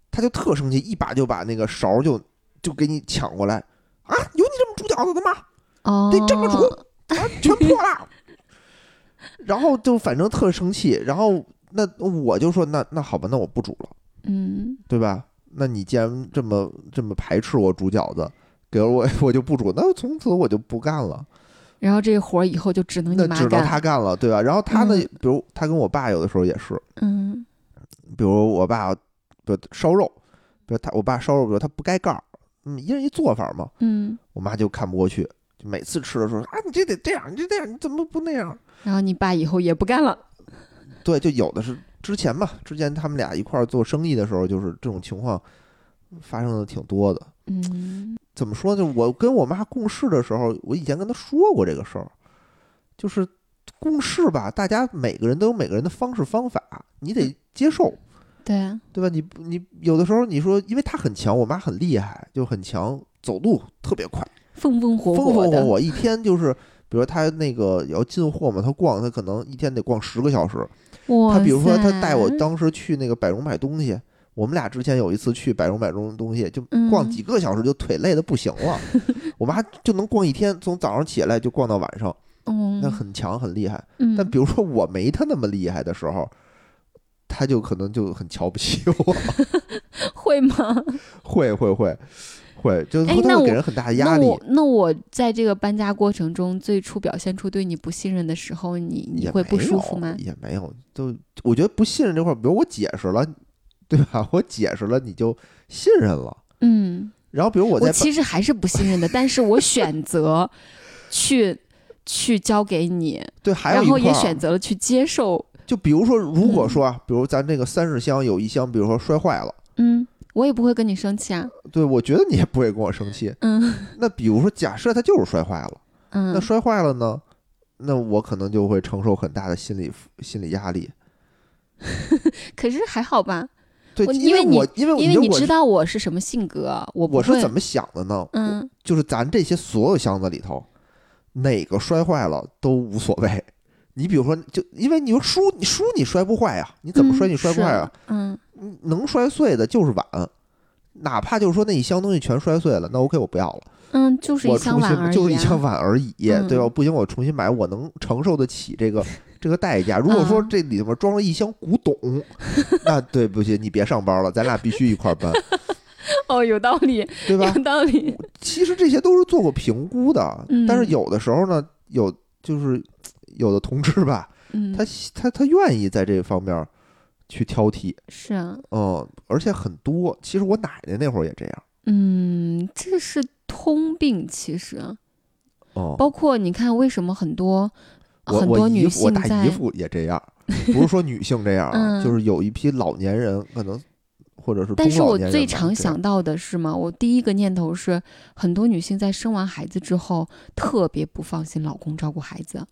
Speaker 2: 他就特生气，一把就把那个勺儿就就给你抢过来啊！有你这么煮饺子的吗？
Speaker 3: 哦，
Speaker 2: 得这么煮，啊，全破了。 [LAUGHS] 然后就反正特生气，然后那我就说那那好吧，那我不煮了，
Speaker 3: 嗯
Speaker 2: 对吧？那你既然这么这么排斥我煮饺子，给了我 [LAUGHS] 我就不煮，那从此我就不干了，，
Speaker 3: 然后这个活儿以后就只能你
Speaker 2: 那
Speaker 3: 妈
Speaker 2: 只能
Speaker 3: 干。
Speaker 2: 他干了，对吧？然后他呢，
Speaker 3: 嗯
Speaker 2: 比如他跟我爸有的时候也是，
Speaker 3: 嗯
Speaker 2: 比如我爸，比如烧肉，比如他我爸烧肉，比如他不盖盖儿，嗯，一人一做法嘛，
Speaker 3: 嗯，
Speaker 2: 我妈就看不过去，就每次吃的时候啊，你这得这样，你这这样，你怎么不那样？
Speaker 3: 然后你爸以后也不干了。
Speaker 2: 对，就有的是之前吧，之前他们俩一块儿做生意的时候，就是这种情况发生的挺多的。
Speaker 3: 嗯
Speaker 2: 怎么说呢？我跟我妈共事的时候，我以前跟她说过这个事儿，就是共事吧，大家每个人都有每个人的方式方法，你得接受，，
Speaker 3: 对，
Speaker 2: 对吧？你不你有的时候你说，因为她很强，我妈很厉害，就很强，走路特别快，
Speaker 3: 风风火
Speaker 2: 风风
Speaker 3: 的。
Speaker 2: 火火，一天就是。比如她那个也要进货嘛，她逛，她可能一天得逛十个小时，
Speaker 3: 哇
Speaker 2: 他比如说他
Speaker 3: 塞
Speaker 2: 带我当时去那个百荣买东西，我们俩之前有一次去百荣买东东西，就逛
Speaker 3: 嗯
Speaker 2: 几个小时就腿累的不行
Speaker 3: [LAUGHS]
Speaker 2: 了，我妈就能逛一天，从早上起来就逛到晚上，
Speaker 3: 嗯，
Speaker 2: 那很强很厉害。
Speaker 3: 嗯，
Speaker 2: 但比如说我没他那么厉害的时候。他就可能就很瞧不起我，
Speaker 3: 会吗？
Speaker 2: 会会会会，就是
Speaker 3: 哎
Speaker 2: 会
Speaker 3: 那
Speaker 2: 他
Speaker 3: 我
Speaker 2: 会给人很大的压
Speaker 3: 那
Speaker 2: 力。
Speaker 3: 我那我在这个搬家过程中，最初表现出对你不信任的时候，你你
Speaker 2: 也
Speaker 3: 会不
Speaker 2: 没
Speaker 3: 舒
Speaker 2: 有
Speaker 3: 服吗？
Speaker 2: 也没有，就我觉得不信任这块儿，比如我解释了，对吧？我解释了，你就信任了。
Speaker 3: 嗯，
Speaker 2: 然后比如我在
Speaker 3: 我
Speaker 2: 办
Speaker 3: 其实还是不信
Speaker 2: [LAUGHS]
Speaker 3: 任的，但是我选择去去交给你，
Speaker 2: 对，还有
Speaker 3: 然
Speaker 2: 一
Speaker 3: 后
Speaker 2: 块
Speaker 3: 也
Speaker 2: 儿
Speaker 3: 选嗯择了去接受。
Speaker 2: 就比如说，如果说啊，比如咱这个三十箱有一箱，比如说摔坏了，
Speaker 3: 嗯，我也不会跟你生气啊。
Speaker 2: 对我觉得你也不会跟我生气。
Speaker 3: 嗯
Speaker 2: 那比如说，假设它就是摔坏了，那
Speaker 3: 嗯，
Speaker 2: 摔坏了呢，那我可能就会承受很大的心理心理压力。
Speaker 3: 可是还好吧，
Speaker 2: 对，
Speaker 3: 我
Speaker 2: 因
Speaker 3: 因为你
Speaker 2: 我因为我
Speaker 3: 因为
Speaker 2: 觉得
Speaker 3: 你
Speaker 2: 我
Speaker 3: 知
Speaker 2: 是
Speaker 3: 道我是什么性格，我不
Speaker 2: 我是
Speaker 3: 会
Speaker 2: 怎么想的呢？
Speaker 3: 嗯。
Speaker 2: 就是咱这些所有箱子里头，哪个摔坏了都无所谓。你比如说，就因为你说书，你书你摔不坏呀、你怎么摔你摔不坏啊？？
Speaker 3: 嗯，
Speaker 2: 嗯能摔碎的就是碗，哪怕就是说那一箱东西全摔碎了，那 OK 我不要了，
Speaker 3: 嗯，就是一
Speaker 2: 我
Speaker 3: 箱
Speaker 2: 重
Speaker 3: 碗
Speaker 2: 新
Speaker 3: 而已、啊，
Speaker 2: 就是一箱碗而已，
Speaker 3: 嗯
Speaker 2: 对吧？不行我重新买，我能承受得起这
Speaker 3: [LAUGHS]
Speaker 2: 个这个代价。如果说
Speaker 3: 嗯
Speaker 2: 这里面装了一箱古董，那对不起，你别上班了，咱俩必须一块儿
Speaker 3: [LAUGHS]
Speaker 2: 搬，
Speaker 3: [LAUGHS] 哦，有道理，
Speaker 2: 对吧？
Speaker 3: 有道理。
Speaker 2: 其实这些都是做过评估的，
Speaker 3: 嗯
Speaker 2: 但是有的时候呢，有就是有的同志吧，
Speaker 3: 嗯，
Speaker 2: 他他他愿意在这方面去挑剔，
Speaker 3: 是啊，
Speaker 2: 嗯，而且很多。其实我奶奶那会儿也这样，
Speaker 3: 嗯，这是通病，其实
Speaker 2: 哦、
Speaker 3: 包括你看，为什么很多
Speaker 2: 我
Speaker 3: 很
Speaker 2: 我
Speaker 3: 多
Speaker 2: 姨
Speaker 3: 女
Speaker 2: 夫我
Speaker 3: 性
Speaker 2: 大
Speaker 3: 在
Speaker 2: 姨夫也这样，不是说女性这样啊，
Speaker 3: 嗯
Speaker 2: 就是有一批老年人可能或者是
Speaker 3: 但是
Speaker 2: 中老
Speaker 3: 我
Speaker 2: 年人
Speaker 3: 最
Speaker 2: 吧
Speaker 3: 常
Speaker 2: 这样
Speaker 3: 想到的是嘛，我第一个念头是，很多女性在生完孩子之后，特别不放心老公照顾孩子，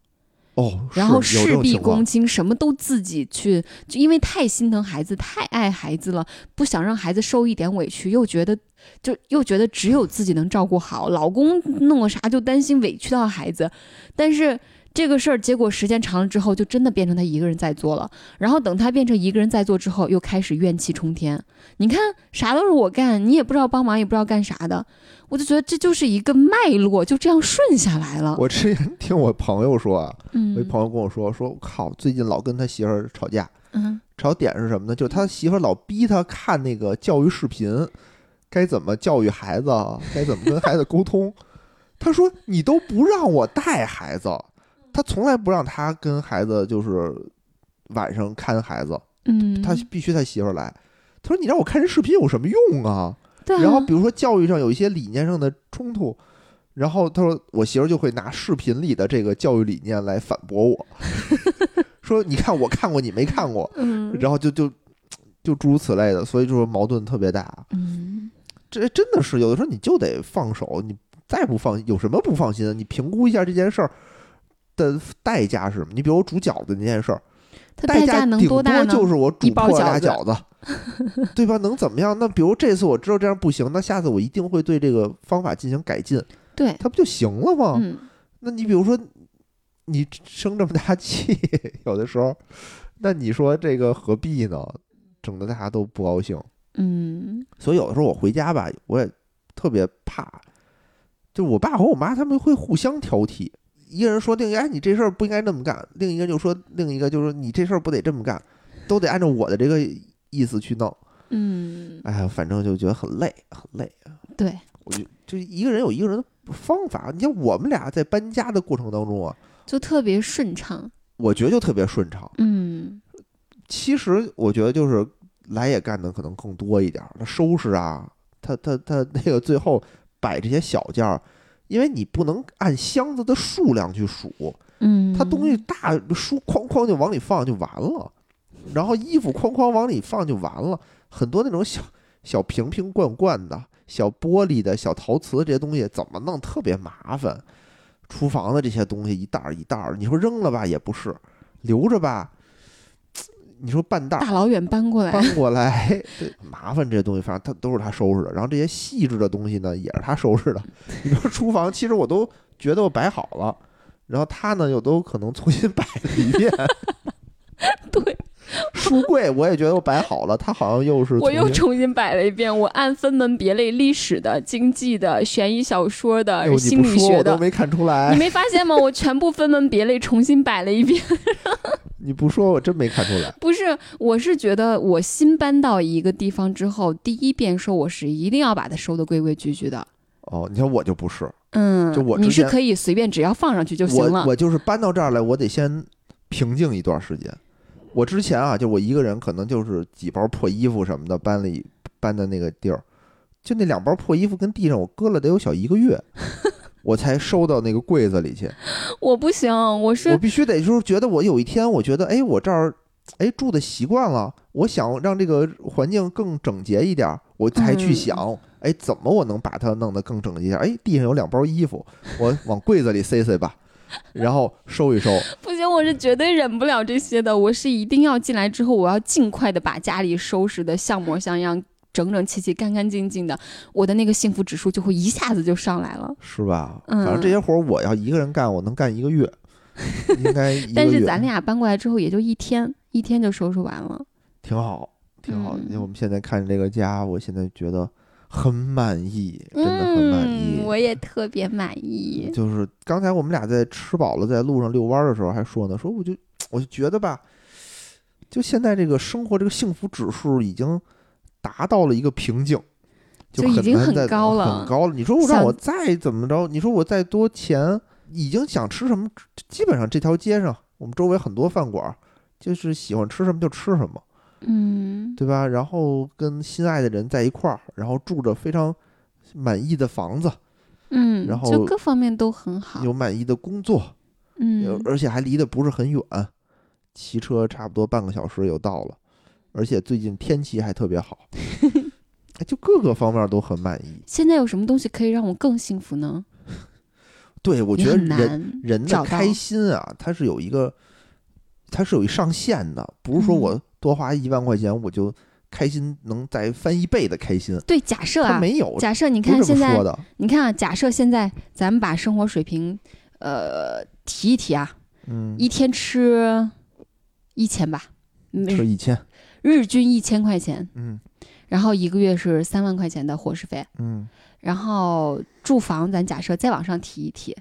Speaker 2: 哦，
Speaker 3: 然后
Speaker 2: 是有这
Speaker 3: 事
Speaker 2: 种
Speaker 3: 必
Speaker 2: 情况
Speaker 3: 躬亲，什么都自己去，就因为太心疼孩子，太爱孩子了，不想让孩子受一点委屈，又觉得就又觉得只有自己能照顾好，老公弄个啥就担心委屈到孩子，但是。这个事儿，结果时间长了之后，就真的变成他一个人在做了。然后等他变成一个人在做之后，又开始怨气冲天。你看，啥都是我干，你也不知道帮忙，也不知道干啥的。我就觉得这就是一个脉络，就这样顺下来了。
Speaker 2: 我之前听我朋友说啊，我一
Speaker 3: 嗯
Speaker 2: 朋友跟我说，说我靠，最近老跟他媳妇儿吵架，
Speaker 3: 嗯
Speaker 2: 吵点是什么呢？就是他媳妇儿老逼他看那个教育视频，该怎么教育孩子，该怎么跟孩子沟通。他说：“你都不让我带孩子，他从来不让他跟孩子就是晚上看孩子，
Speaker 3: 嗯，
Speaker 2: 他必须他媳妇儿来。”他说：“你让我看这视频有什么用啊？”
Speaker 3: 对啊、
Speaker 2: 然后比如说教育上有一些理念上的冲突，然后他说我媳妇儿就会拿视频里的这个教育理念来反驳我， [LAUGHS] 说你看我看过你没看过，
Speaker 3: 嗯
Speaker 2: 然后就就就诸如此类的，所以就是矛盾特别大。
Speaker 3: 嗯，
Speaker 2: 这真的是有的时候你就得放手，你再不放有什么不放心的？你评估一下这件事儿。的代价是什么？你比如我煮饺子那件事儿，
Speaker 3: 它
Speaker 2: 代
Speaker 3: 价能
Speaker 2: 顶
Speaker 3: 多大呢？
Speaker 2: 就是我煮
Speaker 3: 一包
Speaker 2: 破了俩饺
Speaker 3: 饺
Speaker 2: 子，对吧？能怎么样？那比如这次我知道这样不行，那下次我一定会对这个方法进行改进，
Speaker 3: 对，
Speaker 2: 它不就行了吗？
Speaker 3: 嗯，
Speaker 2: 那你比如说，你生这么大气， [LAUGHS] 有的时候，那你说这个何必呢？整得大家都不高兴。
Speaker 3: 嗯
Speaker 2: 所以有的时候我回家吧，我也特别怕，就我爸和我妈他们会互相挑剔，一个人说另一个哎你这事儿不应该这么干，另一个就说另一个就说你这事儿不得这么干，都得按照我的这个意思去弄。
Speaker 3: 嗯，
Speaker 2: 哎呀，反正就觉得很累，很累。
Speaker 3: 对，
Speaker 2: 我就就一个人有一个人的方法。你像我们俩在搬家的过程当中啊，
Speaker 3: 就特别顺畅。
Speaker 2: 我觉得就特别顺畅。
Speaker 3: 嗯
Speaker 2: 其实我觉得就是来也干的可能更多一点儿，他收拾啊，他他他那个最后摆这些小件儿，因为你不能按箱子的数量去数，
Speaker 3: 嗯，
Speaker 2: 他东西大书哐哐就往里放就完了，然后衣服哐哐往里放就完了，很多那种小小瓶瓶罐罐的小玻璃的小陶瓷的这些东西怎么弄特别麻烦，厨房的这些东西一袋儿一袋儿，你说扔了吧也不是，留着吧，你说半袋儿
Speaker 3: 大老远搬过来，
Speaker 2: 搬过
Speaker 3: [LAUGHS]
Speaker 2: 来，对，麻烦这些东西，反正他都是他收拾的。然后这些细致的东西呢，也是他收
Speaker 3: [LAUGHS]
Speaker 2: 拾的。你说厨房，其实我都觉得我摆好了，然后他呢又都可能重新摆了一
Speaker 3: [LAUGHS]
Speaker 2: 遍。
Speaker 3: 对，
Speaker 2: 书柜我也觉得我摆好了，他好像又是
Speaker 3: 我又
Speaker 2: 重新
Speaker 3: 重新摆了一遍，我按分门别类，历史的、经济的、悬疑小说
Speaker 2: 哎
Speaker 3: 的、
Speaker 2: 呦你
Speaker 3: 心
Speaker 2: 不
Speaker 3: 理
Speaker 2: 说
Speaker 3: 学
Speaker 2: 我都
Speaker 3: 的。
Speaker 2: 没看出
Speaker 3: 你
Speaker 2: 来。
Speaker 3: 没发现吗？我全部分门别类重新摆了一遍。 [LAUGHS]
Speaker 2: 你你不说我真没看出来。
Speaker 3: 不是，我是觉得我新搬到一个地方之后，第一遍收我是一定要把它收的规规矩矩的。
Speaker 2: 哦，你看我就不是，
Speaker 3: 嗯，
Speaker 2: 就我之
Speaker 3: 你是
Speaker 2: 前
Speaker 3: 可以随便只要放上去就行
Speaker 2: 我
Speaker 3: 了。
Speaker 2: 我就是搬到这儿来，我得先平静一段时间。我之前啊，就我一个人，可能就是几包破衣服什么的搬了一搬的那个地儿，就那两包破衣服跟地上我搁了得有小一个月， [LAUGHS] 我才收到那个柜子里去。
Speaker 3: 我不行，我
Speaker 2: 我
Speaker 3: 是
Speaker 2: 必须得就是觉得我有一天，我觉得哎，我这儿哎住的习惯了，我想让这个环境更整洁一点儿，我才去
Speaker 3: 嗯
Speaker 2: 想哎，怎么我能把它弄得更整洁一点儿？哎，地上有两包衣服，我往柜子里塞塞吧，然后收一收。
Speaker 3: 不行，我是绝对忍不了这些的。我是一定要进来之后，我要尽快的把家里收拾的像模像样、整整齐齐、干干净净的，我的那个幸福指数就会一下子就上来了。
Speaker 2: 是吧？
Speaker 3: 嗯
Speaker 2: 反正这些活儿我要一个人干，我能干一个月，应该一个月。
Speaker 3: 但是咱俩搬过来之后，也就一天，一天就收拾完了。
Speaker 2: 挺好，挺好。
Speaker 3: 嗯
Speaker 2: 因为我们现在看这个家，我现在觉得很满意，真的很满意。
Speaker 3: 嗯，我也特别满意。
Speaker 2: 就是刚才我们俩在吃饱了，在路上遛弯儿的时候还说呢，说我就我就觉得吧，就现在这个生活这个幸福指数已经达到了一个瓶颈，
Speaker 3: 就已
Speaker 2: 很
Speaker 3: 经
Speaker 2: 难
Speaker 3: 很
Speaker 2: 再
Speaker 3: 高了
Speaker 2: 很高了。你说我让
Speaker 3: 想
Speaker 2: 我再怎么着，你说我再多钱，已经想吃什么，基本上这条街上我们周围很多饭馆儿，就是喜欢吃什么就吃什么，
Speaker 3: 嗯，
Speaker 2: 对吧？然后跟心爱的人在一块儿，然后住着非常满意的房子，
Speaker 3: 嗯，
Speaker 2: 然后
Speaker 3: 就各方面都很好。
Speaker 2: 有满意的工作。
Speaker 3: 嗯，
Speaker 2: 而且还离得不是很远，骑车差不多半个小时就到了，而且最近天气还特别
Speaker 3: [LAUGHS]
Speaker 2: 好，哎就各个方面都很满意。
Speaker 3: 现在有什么东西可以让我更幸福呢？
Speaker 2: 对，我
Speaker 3: 也
Speaker 2: 觉得
Speaker 3: 很
Speaker 2: 人
Speaker 3: 难
Speaker 2: 人的
Speaker 3: 找到
Speaker 2: 开心啊，它是有一个，它是有一上限的，不是
Speaker 3: 嗯
Speaker 2: 说我多花一万块钱我就开心能再翻一倍的开心，
Speaker 3: 对，假设
Speaker 2: 它
Speaker 3: 啊，
Speaker 2: 没有，
Speaker 3: 假设你
Speaker 2: 不
Speaker 3: 看
Speaker 2: 是这
Speaker 3: 现
Speaker 2: 么
Speaker 3: 在
Speaker 2: 说，的。
Speaker 3: 你看啊，假设现在咱们把生活水平，呃，提一提啊，
Speaker 2: 嗯，
Speaker 3: 一天吃一千吧，
Speaker 2: 吃
Speaker 3: 每
Speaker 2: 一千，
Speaker 3: 日均一千块钱，
Speaker 2: 嗯
Speaker 3: 然后一个月是三万块钱的伙食费，
Speaker 2: 嗯，
Speaker 3: 然后住房咱假设再往上提一提，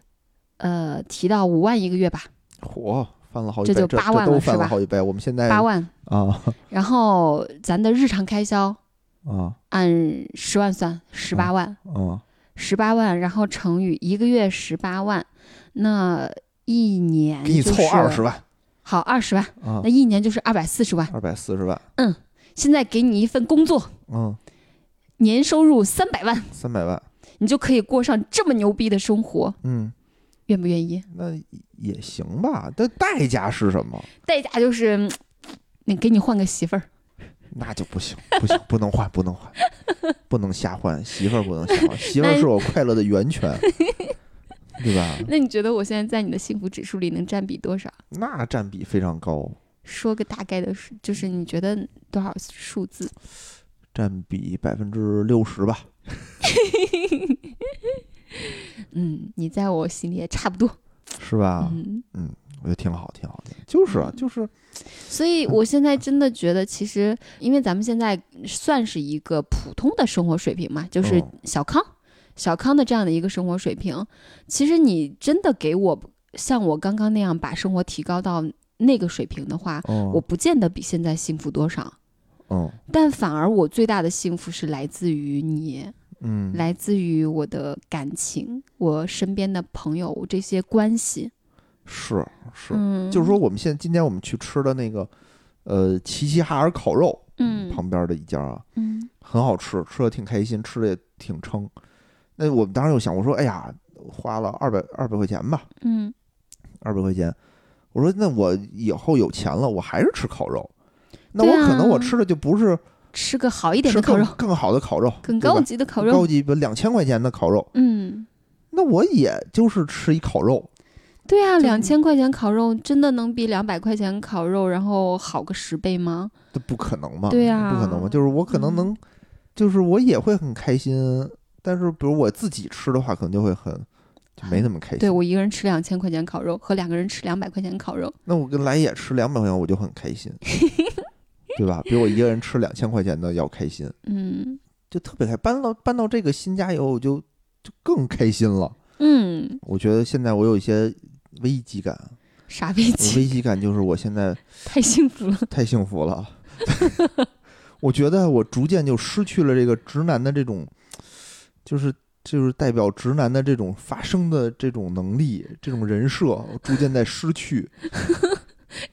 Speaker 3: 呃，提到五万一个月吧，
Speaker 2: 嚯，翻了好
Speaker 3: 这
Speaker 2: 几倍，
Speaker 3: 就
Speaker 2: 这
Speaker 3: 八万
Speaker 2: 这都
Speaker 3: 了是
Speaker 2: 翻了
Speaker 3: 吧
Speaker 2: 好几倍。我们现在
Speaker 3: 八万，
Speaker 2: 啊
Speaker 3: 然后咱的日常开销
Speaker 2: 啊
Speaker 3: 按十万算，十八万。
Speaker 2: 啊，
Speaker 3: 十八万，然后乘以一个月十八万，那一年、哎就嗯
Speaker 2: 给你凑二十
Speaker 3: 万，
Speaker 2: 万
Speaker 3: 好，二十万，
Speaker 2: 啊
Speaker 3: 那，一年就是二百四十万。
Speaker 2: 二百四十万，
Speaker 3: 现在给你一份工作，
Speaker 2: 嗯，
Speaker 3: 年收入三百万，
Speaker 2: 三百万，
Speaker 3: 你就可以过上这么牛逼的生活，
Speaker 2: 嗯，
Speaker 3: 愿不愿意？
Speaker 2: 那也行吧。但代价是什么？
Speaker 3: 代价就是，嗯你给你换个媳妇儿，
Speaker 2: 那就不行，不行，不能换，不能换，不能瞎换，媳妇儿不能瞎换，媳妇儿
Speaker 3: 那
Speaker 2: 是我快乐的源
Speaker 3: [LAUGHS]
Speaker 2: 泉，对吧？
Speaker 3: 那你觉得我现在在你的幸福指数里能占比多少？
Speaker 2: 那占比非常高，
Speaker 3: 说个大概的数，就是你觉得多少数字？
Speaker 2: 占比百分之六十吧。
Speaker 3: 嗯，你在我心里也差不多。
Speaker 2: 是吧？
Speaker 3: 嗯，
Speaker 2: 我觉得挺好，挺好的。就是啊，就是，
Speaker 3: 所以我现在真的觉得，其实因为咱们现在算是一个普通的生活水平嘛，就是
Speaker 2: 嗯
Speaker 3: 小康、小康的这样的一个生活水平。其实你真的给我像我刚刚那样把生活提高到那个水平的话，我
Speaker 2: 嗯
Speaker 3: 不见得比现在幸福多少。
Speaker 2: 嗯
Speaker 3: 但反而我最大的幸福是来自于你，
Speaker 2: 嗯，
Speaker 3: 来自于我的感情，我身边的朋友这些关系。
Speaker 2: 是是，
Speaker 3: 嗯，
Speaker 2: 就是说，我们现在今天我们去吃的那个，呃，齐齐哈尔烤肉，
Speaker 3: 嗯
Speaker 2: 旁边的一家啊，
Speaker 3: 嗯
Speaker 2: 很好吃，吃的挺开心，吃的也挺撑。那我们当时就想，我说，哎呀，花了二百二百块钱吧，
Speaker 3: 嗯，
Speaker 2: 二百块钱，我说那我以后有钱了，我还是吃烤肉。那
Speaker 3: 对
Speaker 2: 我
Speaker 3: 啊
Speaker 2: 可能我吃的就不是
Speaker 3: 吃个好一点
Speaker 2: 吃
Speaker 3: 的烤
Speaker 2: 更
Speaker 3: 肉，
Speaker 2: 更好的烤肉，
Speaker 3: 更
Speaker 2: 对吧
Speaker 3: 高级的烤
Speaker 2: 更
Speaker 3: 肉
Speaker 2: 高。级，比两千块钱的烤肉，
Speaker 3: 嗯，
Speaker 2: 那我也就是吃一烤肉，
Speaker 3: 对啊，
Speaker 2: 就
Speaker 3: 两千块钱烤肉真的能比两百块钱烤肉然后好个十倍吗？
Speaker 2: 这不可能嘛？
Speaker 3: 对
Speaker 2: 呀，
Speaker 3: 呀嗯
Speaker 2: 不可能嘛？就是我可能能，就是我也会很开心，但是比如我自己吃的话，可能就会很就没那么开心。
Speaker 3: 对我一个人吃两千块钱烤肉和两个人吃两百块钱烤肉，
Speaker 2: 那我跟来也吃两百块钱，我就很开
Speaker 3: [LAUGHS]
Speaker 2: 心，对吧？比我一个人吃两千块钱的要开心，
Speaker 3: 嗯
Speaker 2: 就特别开。搬到搬到这个新家以后，我就就更开心了。
Speaker 3: 嗯，
Speaker 2: 我觉得现在我有一些危机感，
Speaker 3: 傻逼
Speaker 2: 我
Speaker 3: 气，
Speaker 2: 危机感就是我现在
Speaker 3: [LAUGHS] 太幸福了。
Speaker 2: 太幸福
Speaker 3: [LAUGHS]
Speaker 2: 了， [LAUGHS] 我觉得我逐渐就失去了这个直男的这种，就是就是代表直男的这种发声的这种能力，这种人设我逐渐在失
Speaker 3: [LAUGHS]
Speaker 2: 去。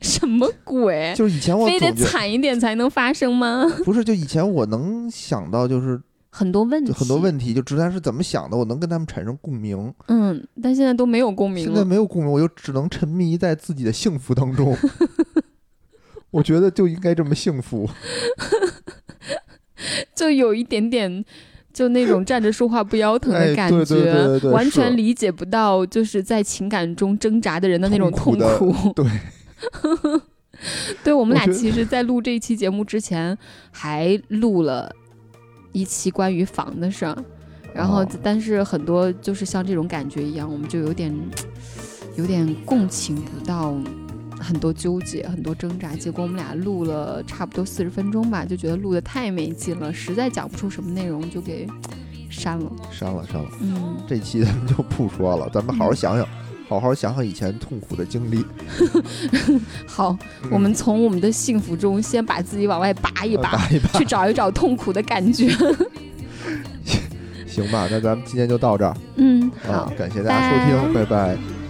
Speaker 3: 什么鬼？
Speaker 2: 就是以前我
Speaker 3: 非得
Speaker 2: 总觉
Speaker 3: 惨一点才能发生吗？
Speaker 2: 得不是，就以前我能想到就是
Speaker 3: 很多问题，
Speaker 2: 就很多问题，就直男是怎么想的，我能跟他们产生共鸣。
Speaker 3: 嗯，但现在都没有共鸣
Speaker 2: 现在
Speaker 3: 了。
Speaker 2: 没有共鸣，我就只能沉迷在自己的幸福当中。 [LAUGHS] 我觉得就应该这么幸福。
Speaker 3: [LAUGHS] 就有一点点，就那种站着说话不腰疼的
Speaker 2: 哎
Speaker 3: 感觉，
Speaker 2: 对对对对对
Speaker 3: 完
Speaker 2: 是
Speaker 3: 全理解不到就是在情感中挣扎的人的那种痛
Speaker 2: 痛苦的对，
Speaker 3: [LAUGHS] 对我
Speaker 2: 我
Speaker 3: 们俩
Speaker 2: 觉得
Speaker 3: 其实，在录这一期节目之前，还录了一期关于房的事儿，然后、
Speaker 2: 哦
Speaker 3: 但是很多就是像这种感觉一样，我们就有点 [SNIFFS] 有点共情不到。很多纠结，很多挣扎，结果我们俩录了差不多四十分钟吧，就觉得录的太没劲了，实在讲不出什么内容，就给删了。
Speaker 2: 删了删了，
Speaker 3: 嗯，
Speaker 2: 这期咱们就不说了，咱们好好想想，好好想想以前痛苦的经历。
Speaker 3: 好，
Speaker 2: 嗯
Speaker 3: 我们从我们的幸福中先把自己往外拔
Speaker 2: [LAUGHS]
Speaker 3: 一拔，
Speaker 2: 打一把
Speaker 3: 去，找一找痛苦的感觉。
Speaker 2: 行吧？那咱们今天就到这儿
Speaker 3: [LAUGHS] 嗯，好
Speaker 2: 啊啊，，感谢大家收听，拜拜。